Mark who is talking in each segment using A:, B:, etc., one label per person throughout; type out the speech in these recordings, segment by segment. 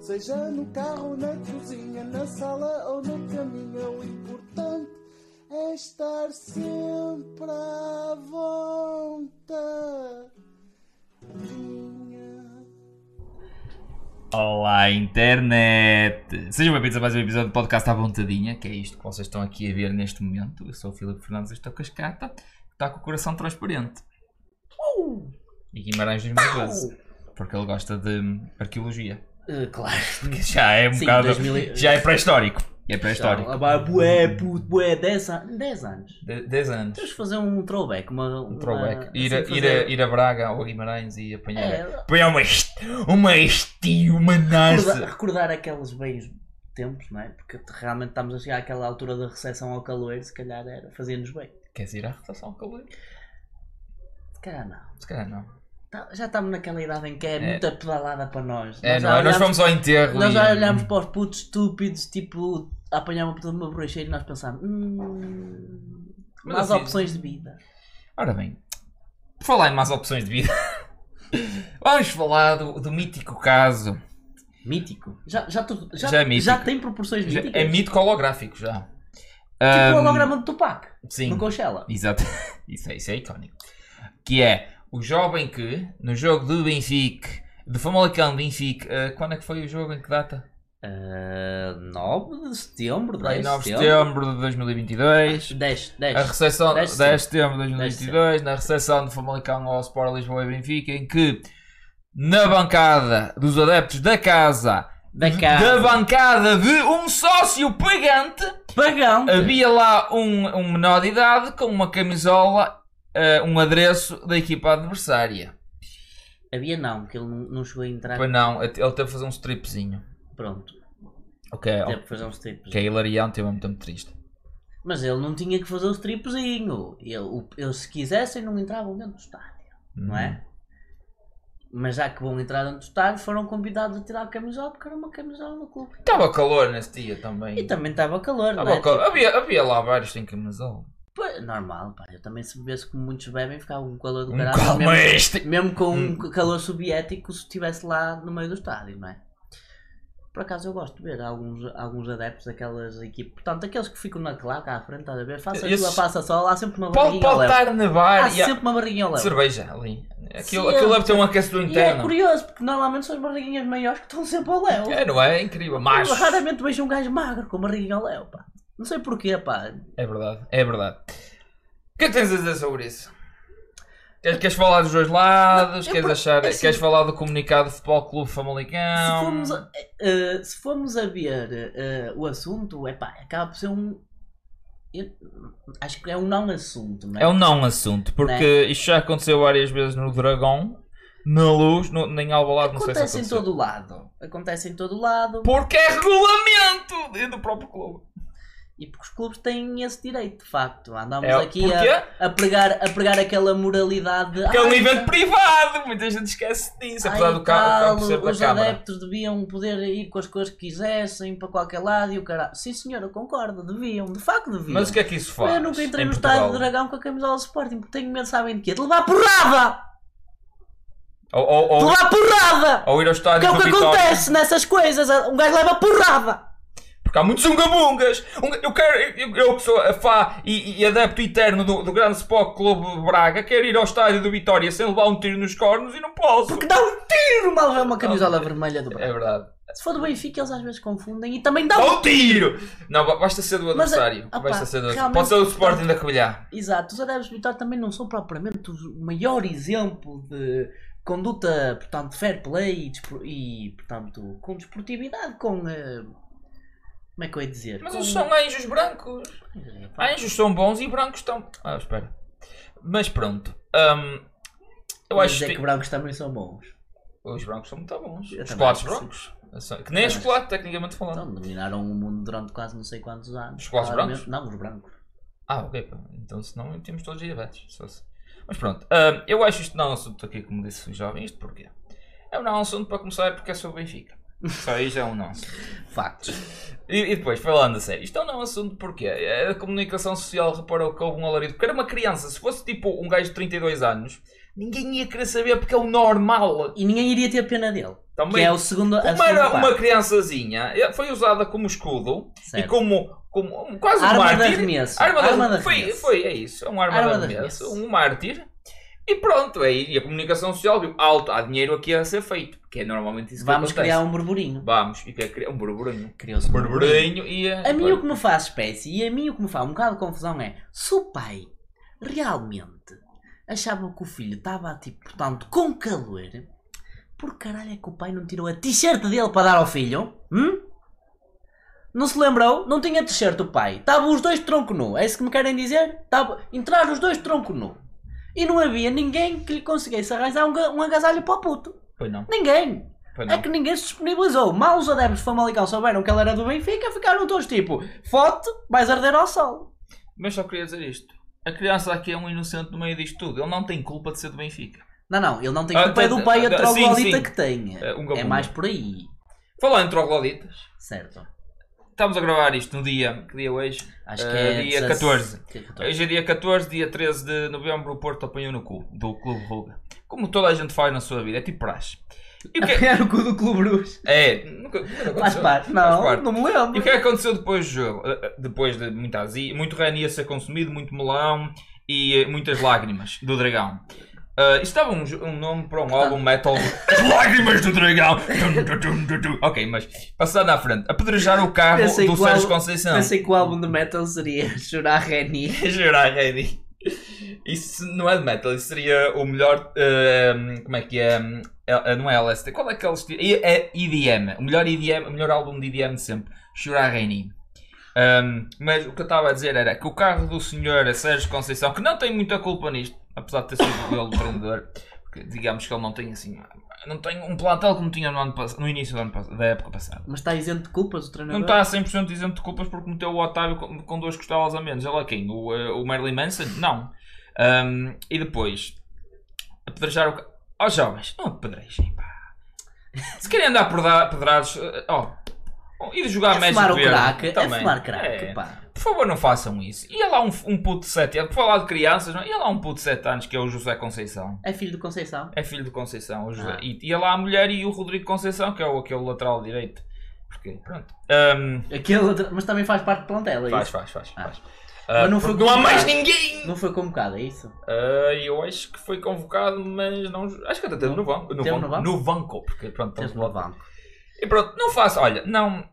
A: Seja no carro, na cozinha, na sala ou na caminha, o importante é estar sempre à vontade.
B: Olá, internet! Sejam bem-vindos a mais um episódio do podcast à Vontadinha, que é isto que vocês estão aqui a ver neste momento. Eu sou o Filipe Fernandes, este é o Cascata, que está com o coração transparente. E Guimarães 2012, porque ele gosta de arqueologia.
C: Ah, claro.
B: Que já é um
C: Sim,
B: bocado.
C: 2000 e-
B: Já é pré-histórico. É pré-histórico.
C: Ah, bah, bué, puto, bué, 10 anos. 10 anos.
B: De- 10 anos.
C: Temos de fazer um throwback, uma...
B: Um
C: uma-
B: throwback. Ir, a-
C: assim,
B: ir,
C: fazer-
B: a, ir a Braga ou a Guimarães e apanhar.
C: É.
B: Apanhar uma, est- uma estia, uma
C: Recorda-
B: narça.
C: recordar aqueles bens tempos, não é? Porque realmente estamos a chegar àquela altura da recessão ao calor, se calhar era fazer-nos bem.
B: Queres ir à rotação calor?
C: Se calhar não.
B: Se calhar não.
C: Tá- Já estamos naquela idade em que é, muita pedalada para nós.
B: É,
C: nós,
B: não, é, nós
C: já olhamos-
B: fomos ao enterro.
C: nós
B: e-
C: já olhámos para os putos estúpidos, tipo, a apanhar uma puta de uma borracheira e nós pensámos, hum,
B: Mas
C: mais
B: assim-
C: opções de vida.
B: Ora bem, por falar em mais opções de vida, vamos falar do, do mítico caso.
C: Mítico. Já, já, tu- já,
B: Já é
C: já,
B: mítico.
C: tem proporções
B: Já-
C: míticas.
B: é mito holográfico já.
C: Tipo
B: Ahm,
C: o holograma de Tupac,
B: Sim,
C: no Coachella.
B: exato. Isso é, isso é icónico. Que é o jovem que, no jogo do Benfica, do Famalicão Benfica, ah, quando é que foi o jogo? Em que data?
C: Ah, 9 de setembro, 10
B: Em
C: de
B: 9 de
C: setembro.
B: setembro de 2022.
C: 10,
B: A
C: 10.
B: recepção 10
C: 10
B: de
C: de
B: setembro de 2022, na recepção do Famalicão ao Sport Lisboa e Benfica, em que na bancada dos adeptos da casa,
C: Da
B: de-
C: casa.
B: da bancada de um sócio pagante,
C: Pagão!
B: havia lá um, um menor de idade com uma camisola, eh, um adereço da equipa adversária.
C: Havia não, que ele não, não chegou a entrar.
B: Pois não, ele teve que fazer um stripzinho.
C: Pronto,
B: Ok,
C: teve que fazer uns tripos.
B: que é hilariante, é muito, muito triste.
C: Mas ele não tinha que fazer o tripozinho. Ele, o- eles, se quisessem, não entravam dentro do estádio, não
B: Uhum.
C: é? Mas já que vão entrar dentro do estádio, foram convidados a tirar a camisola porque era uma camisola no clube.
B: Estava calor nesse dia também.
C: E também estava calor, não
B: Estava
C: Então, é?
B: calor. Havia, havia lá vários sem camisola.
C: Pô, Normal, pá. Eu também se bebesse como muitos bebem, ficava um calor do
B: Um
C: caralho.
B: calma
C: mesmo-
B: este!
C: Mesmo com um calor soviético, se estivesse lá no meio do estádio, não é? Por acaso eu gosto de ver alguns, alguns adeptos daquelas equipes. Portanto, aqueles que ficam na claca à frente, estás a ver? Faça
B: Esses-
C: chuva, faça sol, há sempre uma
B: Pode,
C: barriguinha ao
B: pode
C: leve.
B: estar a nevar
C: Há
B: e há
C: sempre uma barriguinha ao é leve.
B: cerveja ali. Aquilo,
C: Sempre.
B: aquilo deve ter um aquecedor
C: E é
B: interno.
C: curioso, porque normalmente são as barriguinhas maiores que estão sempre ao leve.
B: É, não é? É incrível. Mas.
C: Eu raramente vejo um gajo magro com barriguinha ao leve, pá. Não sei porquê, pá.
B: É verdade, é verdade. O que é que tens a dizer sobre isso? Queres, queres falar dos dois lados?
C: Não, eu
B: queres,
C: por-
B: achar,
C: é assim-
B: queres falar do comunicado do Futebol Clube
C: se
B: Famalicão?
C: formos a, eh, se formos a ver eh, o assunto, é pá, acaba por ser um. eu- acho que é um não assunto, não é?
B: É um não assunto,
C: Né?
B: porque isto já aconteceu várias vezes no Dragão, na Luz, no, nem ao lado, não sei se
C: Acontece em
B: aconteceu.
C: todo o lado. Acontece em todo o lado.
B: Porque é regulamento dentro do próprio clube.
C: E porque os clubes têm esse direito, de facto. Andamos
B: É,
C: aqui
B: porquê?
C: a, a pregar, a pregar aquela moralidade de.
B: Porque é um
C: "Ai,
B: evento
C: tá-
B: privado, muita gente esquece disso,
C: ai,
B: apesar do carro
C: tal,
B: ser da
C: os
B: Câmara.
C: adeptos deviam poder ir com as coisas que quisessem para qualquer lado e o cara. Sim, senhor, eu concordo, deviam, de facto deviam.
B: Mas o que é que isso faz?
C: Eu nunca entrei
B: em
C: no estádio do
B: Portugal?
C: Dragão com a camisola do Sporting porque tenho medo, sabem de quê? De levar porrada!
B: Ou, ou-
C: De
B: ou-
C: levar porrada!
B: ou ir ao
C: Porque
B: estádio
C: é
B: do
C: o que
B: Vitória.
C: acontece nessas coisas, um gajo leva porrada!
B: Porque há muitos zungabungas. Um- Eu quero, eu, eu que sou a fã e, e adepto eterno do, do grande Sport Clube Braga, quero ir ao estádio do Vitória sem levar um tiro nos cornos e não posso.
C: Porque dá um tiro mal levar uma camisola vermelha do
B: É
C: Braga.
B: verdade.
C: Se for do Benfica, eles às vezes confundem e também dá
B: Dá
C: um.
B: um tiro! Não, ba- basta ser do
C: Mas,
B: adversário.
C: ah,
B: basta
C: pá,
B: ser do adversário.
C: realmente-
B: Pode ser do Sporting da Covilhã.
C: Exato, os adeptos de Vitória também não são propriamente o maior exemplo de conduta, portanto, fair play e, despro- e, portanto, com desportividade, com. eh, Como é que eu ia dizer?
B: Mas Ah,
C: Com- eh,
B: eles são anjos brancos. Anjos são bons e brancos estão. Ah, espera. Mas pronto. hum, eu
C: Mas
B: acho
C: é
B: que.
C: que brancos também são bons.
B: Os brancos são muito bons.
C: Eu
B: Os
C: também
B: chocolates
C: acho que
B: brancos. Que nem é
C: Eu acho.
B: chocolate, tecnicamente falando.
C: Então, dominaram o mundo durante quase não sei quantos anos.
B: Os quase
C: Claramente- Não, os brancos.
B: Ah, ok. pá. Então, senão temos todos diabetes. se fosse. Mas pronto, hum, eu acho isto não um assunto aqui, como disse o jovem. Isto porquê? É um não assunto para começar porque é sobre o Benfica. Só aí já é um não assunto.
C: Factos.
B: E, e depois, falando a sério, isto é um não assunto porquê? É A comunicação social reparou que houve um alarido. Porque era uma criança, se fosse tipo um gajo de 32 anos, ninguém ia querer saber porque é o normal.
C: E ninguém iria ter pena dele.
B: Também.
C: Que é o segundo. a
B: Como
C: segunda
B: era uma
C: parte.
B: criançazinha, é, foi usada como escudo e
C: Certo.
B: como, como quase um
C: Arma de
B: mártir.
C: arremesso.
B: Arma de arremesso.
C: de
B: Foi,
C: arremesso.
B: foi, é isso. É um arma,
C: Arma
B: de
C: de
B: arremesso.
C: arremesso.
B: Um mártir. E pronto, é, e a comunicação social viu, alto, há dinheiro aqui a ser feito. Que é normalmente isso
C: Vamos
B: que acontece.
C: criar um burburinho.
B: Vamos, e quer criar um burburinho.
C: Criou-se
B: Um
C: um burburinho.
B: burburinho e... eh,
C: A mim
B: olha,
C: o que me faz espécie e a mim o que me faz um bocado de confusão é se o pai realmente achava que o filho estava tipo, portanto, com calor, por caralho é que o pai não tirou a t-shirt dele para dar ao filho? Hum? Não se lembrou? Não tinha t-shirt o pai. Estavam os dois de tronco nu. É isso que me querem dizer? Tava... Entraram os dois de tronco nu. E não havia ninguém que lhe conseguisse arranjar um, ga- um agasalho para o puto.
B: Pois não,
C: Ninguém.
B: pois
C: É
B: não.
C: que ninguém se disponibilizou. Mal os adeptos de Famalicão souberam que ele era do Benfica, ficaram todos tipo: foto, vais arder ao sol.
B: Mas só queria dizer isto. A criança aqui é um inocente no meio disto tudo. Ele não tem culpa de ser do Benfica.
C: Não, não, ele não tem
B: Ah,
C: culpa é do
B: tá,
C: pai
B: tá,
C: a
B: tá, sim, sim.
C: troglodita que tem.
B: É, um
C: É
B: gabumba.
C: mais por aí,
B: Falar em trogloditas.
C: certo?
B: Estamos a gravar isto no dia... Que dia é hoje?
C: Acho
B: Ah,
C: que é.
B: dia
C: 16
B: 14.
C: que é 14.
B: Hoje é dia 14, dia 13 de novembro, o Porto apanhou no cu do Clube Ruga. Como toda a gente faz na sua vida, é tipo praxe. E o que é-
C: Apanhar o cu do Clube Bruxo.
B: é? nunca, nunca aconteceu.
C: Faz parte,
B: Faz
C: não,
B: parte.
C: não me
B: E o
C: lembro.
B: que é que aconteceu depois do jogo? Eh, eh, Depois de muita azia, muito rani a ser consumido, muito melão e eh, muitas lágrimas do dragão. Eh, isto estava um, jo- um nome para um álbum metal. As lágrimas do dragão! Tum, tum, tum, tum, tum. Ok, mas passando à frente, apedrejar o carro
C: Pensei
B: do
C: que o
B: Sérgio
C: álbum-
B: Conceição.
C: Pensei que o álbum de metal seria Chorar Reni.
B: Jurar Heidi. Isso não é de metal, isso seria o melhor. eh, como é que é? Eh, Não é LSD. Qual é que é eles tiram? É EDM. O melhor EDM, o melhor álbum de EDM de sempre. Jurar Heidi. Um, mas o que eu estava a dizer era que o carro do senhor Sérgio Conceição, que não tem muita culpa nisto, apesar de ter sido ele o treinador, porque digamos que ele não tem assim. Não tem um plantel como tinha no, ano pass- no início do ano, pass- da época passada.
C: Mas está isento de culpas o treinador?
B: Não tá, está a 100% isento de culpas porque meteu o Otávio com, com duas costelas a menos. Ele é quem? O, eh, o Marilyn Manson? Não. Ahm, e depois, apedrejar o. ca- Ó jovens, não apedrejem, pá. Se querem andar pedra- pedrados, eh, ó. Oh, ir jogar
C: É
B: Magic
C: fumar o
B: Verde,
C: crack, é
B: também.
C: fumar crack,
B: É.
C: pá.
B: Por favor, não façam isso. E há lá um, um puto de 7 anos, por falar de crianças, não? é? e há lá um puto de 7 anos que é o José Conceição.
C: É filho do Conceição.
B: É filho de Conceição, o José.
C: Ah.
B: E, e há lá a mulher e o Rodrigo Conceição, que é o, aquele lateral direito. Porque, pronto. Ahm,
C: Aquele, outro- mas também faz parte do plantel, é isso?
B: Faz, faz, faz.
C: Ah.
B: faz.
C: Mas
B: Ah,
C: não
B: porque
C: foi
B: há mais
C: convocado.
B: ninguém!
C: Não foi convocado, é isso?
B: Ah, eu acho que foi convocado, mas não. Acho que até teve no banco. No
C: Teve
B: banco,
C: no banco?
B: no banco, porque pronto,
C: Teve
B: estamos
C: no
B: no
C: banco.
B: E pronto, não façam, olha, não.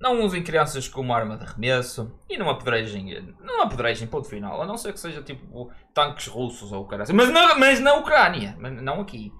B: Não usem crianças como arma de arremesso e não apedrejem. Não apedrejem, ponto final. A não ser que seja tipo tanques russos ou o cara assim. Mas na, mas na Ucrânia, mas não aqui.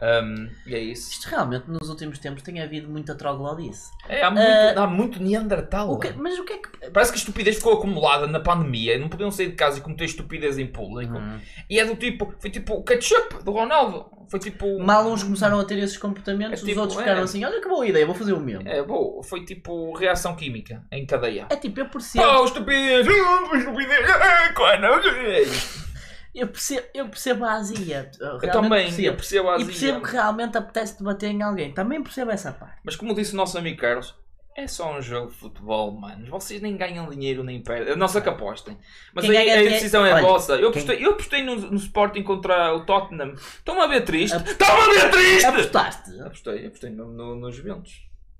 B: Ahm, e é isso.
C: Isto realmente nos últimos tempos tem havido muita troglodice.
B: É, há, muito, há muito Neandertal.
C: Ah, O que- mas o que é que.
B: Parece que a estupidez ficou acumulada na pandemia. Não podiam sair de casa e cometer estupidez em público.
C: Hum.
B: E é do tipo, foi tipo o ketchup do Ronaldo. Foi tipo.
C: Mal uns começaram a ter esses comportamentos,
B: É
C: os
B: tipo,
C: outros ficaram
B: é.
C: assim: olha que boa ideia, vou fazer o mesmo. É,
B: É, bom, foi tipo reação química em cadeia.
C: tipo, eu percebo,
B: Pau, estupidez! ah, Estupidez! ah, Conan, ah.
C: eu percebo, eu percebo a azia. realmente
B: Eu também, eu
C: percebo.
B: percebo a
C: E percebo que
B: azia.
C: realmente apetece debater em alguém. Também percebo essa parte.
B: Mas como disse o nosso amigo Carlos, é só um jogo de futebol, manos. Vocês nem ganham dinheiro nem perdem. A nossa que apostem. Mas
C: Quem
B: aí
C: ganha
B: a
C: dinhe-
B: decisão é
C: Olha,
B: vossa. Eu
C: quem-
B: postei, eu apostei no, no Sporting contra o Tottenham. Estão-me a ver triste? Estão-me a ver triste!
C: Apostaste?
B: Apostei, apostei no, no, nos Juventus.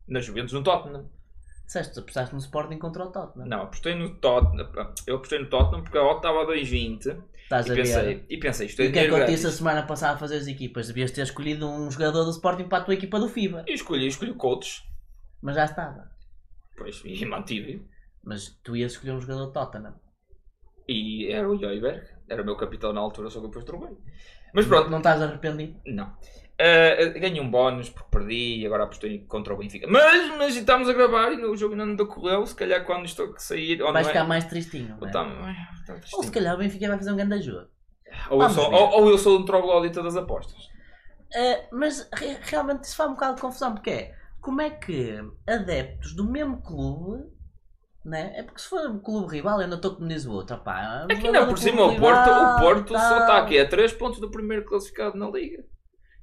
B: Nas Juventus, no Tottenham.
C: Disseste, apostaste no Sporting contra o Tottenham.
B: Não, apostei no Tottenham. Eu apostei no Tottenham porque a odd estava a 2,20
C: Estás
B: e
C: a ver?
B: pensei, e pensei, isto é
C: E o que é que
B: dinheiro
C: eu te
B: grátis.
C: disse a semana passada a fazer as equipas? Devias ter escolhido um jogador do Sporting para a tua equipa do FIBA.
B: E escolhi, escolhi o Coates.
C: Mas já estava.
B: Pois, e mantive.
C: Mas tu ias escolher um jogador do Tottenham.
B: E era o Joiberg. Era o meu capitão na altura, só que depois trombei. Mas pronto,
C: Não estás arrependido?
B: não. Ah, ah, ganhei um bónus porque perdi e agora apostei contra o Benfica. Mas, mas estamos a gravar e o jogo ainda não decorreu. Se calhar quando estou a sair. Ou
C: Vais
B: não é,
C: ficar mais tristinho.
B: ou
C: não é?
B: tá- ai, tá
C: Ou se
B: tristinho.
C: calhar o Benfica vai fazer um grande jogo.
B: Ou eu
C: Vamos
B: sou-
C: ver.
B: ou- ou eu sou um troglodita das apostas.
C: Ah, mas re- realmente isso faz um bocado de confusão, porque é como é que adeptos do mesmo clube. Né? É porque se for um clube rival, eu não estou como diz o outro. Opá,
B: Aqui ainda por cima o Porto, o Porto só está
C: está
B: aqui a 3 pontos do primeiro classificado na liga.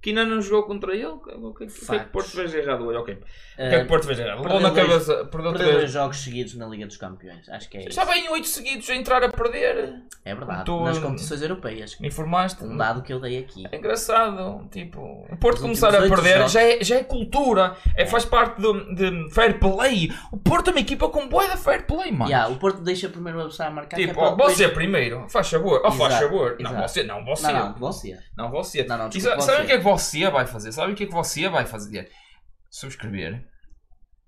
B: que ainda não jogou contra ele. O que, o que, o que é que
C: Factos.
B: Porto fez de errado hoje? Ok. O que é
C: Ah,
B: que Porto fez de errado? Levou
C: perdeu
B: na
C: dois-
B: cabeça. Perdeu
C: Perdeu dois
B: três.
C: jogos seguidos na Liga dos Campeões. Acho que é isso.
B: Já vem oito seguidos a entrar a perder.
C: É verdade.
B: Tô-
C: Nas competições europeias.
B: Informaste?
C: Um dado que eu dei aqui.
B: É engraçado, tipo, o Porto
C: Os
B: começar a
C: últimos oito
B: perder
C: jogos.
B: já é, já é cultura, é, faz parte do- de, fair play. O Porto é uma equipa com boa de fair play, mano.
C: Yeah, ah, o Porto deixa primeiro o adversário marcar. que
B: Tipo,
C: é
B: ó,
C: para-
B: você primeiro, faz favor, ó, faz
C: Exato,
B: favor. Não,
C: exato.
B: você, não, você.
C: Não, não, você.
B: Não, você.
C: Não, não,
B: E
C: desculpa,
B: sa- sabe
C: você.
B: o que é que você vai fazer? Sabe o que é que você vai fazer? Subscrever.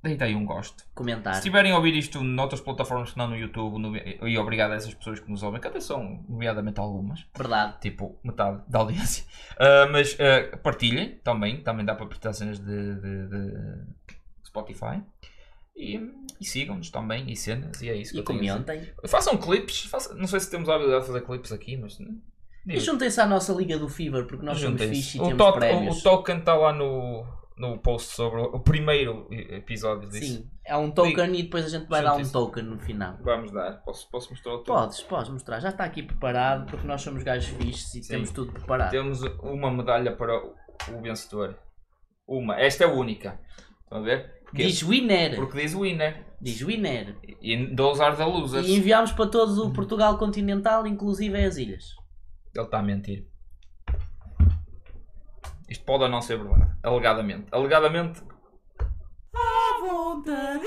B: Deita aí um gosto. Se
C: Comentar.
B: estiverem a ouvir isto noutras plataformas que não no YouTube, no- e obrigado a essas pessoas que nos ouvem, que até são, nomeadamente algumas,
C: Verdade.
B: tipo metade da audiência. Ah, mas ah, partilhem também, também dá para partilhar cenas de, de- de Spotify. E, e sigam-nos também, e cenas, e é isso que
C: E
B: eu tenho a dizer.
C: comentem.
B: Façam clipes, faça- não sei se temos a habilidade de fazer clipes aqui, mas. né?
C: E juntem-se à nossa Liga do Fever, porque nós somos
B: Juntem-se.
C: fixe e
B: O,
C: temos
B: Toc- o,
C: prémios.
B: o Token está lá no, no post sobre o primeiro e- episódio disso.
C: Sim, é um token e depois a gente vai dar um
B: Juntem-se.
C: token no final.
B: Vamos dar, posso, posso mostrar o token?
C: Podes, podes mostrar. Já está aqui preparado, porque nós somos gajos fixes e
B: Sim.
C: temos tudo preparado.
B: Temos uma medalha para o, o vencedor. Uma, esta é única. Estão a ver? Porquê?
C: Diz winner.
B: Porque diz winner.
C: Diz winner.
B: E those are the losers.
C: E enviámos para todo o Portugal continental, inclusive as ilhas.
B: Ele está a mentir. Isto pode ou não ser verdade. Alegadamente. Alegadamente.
D: vontade.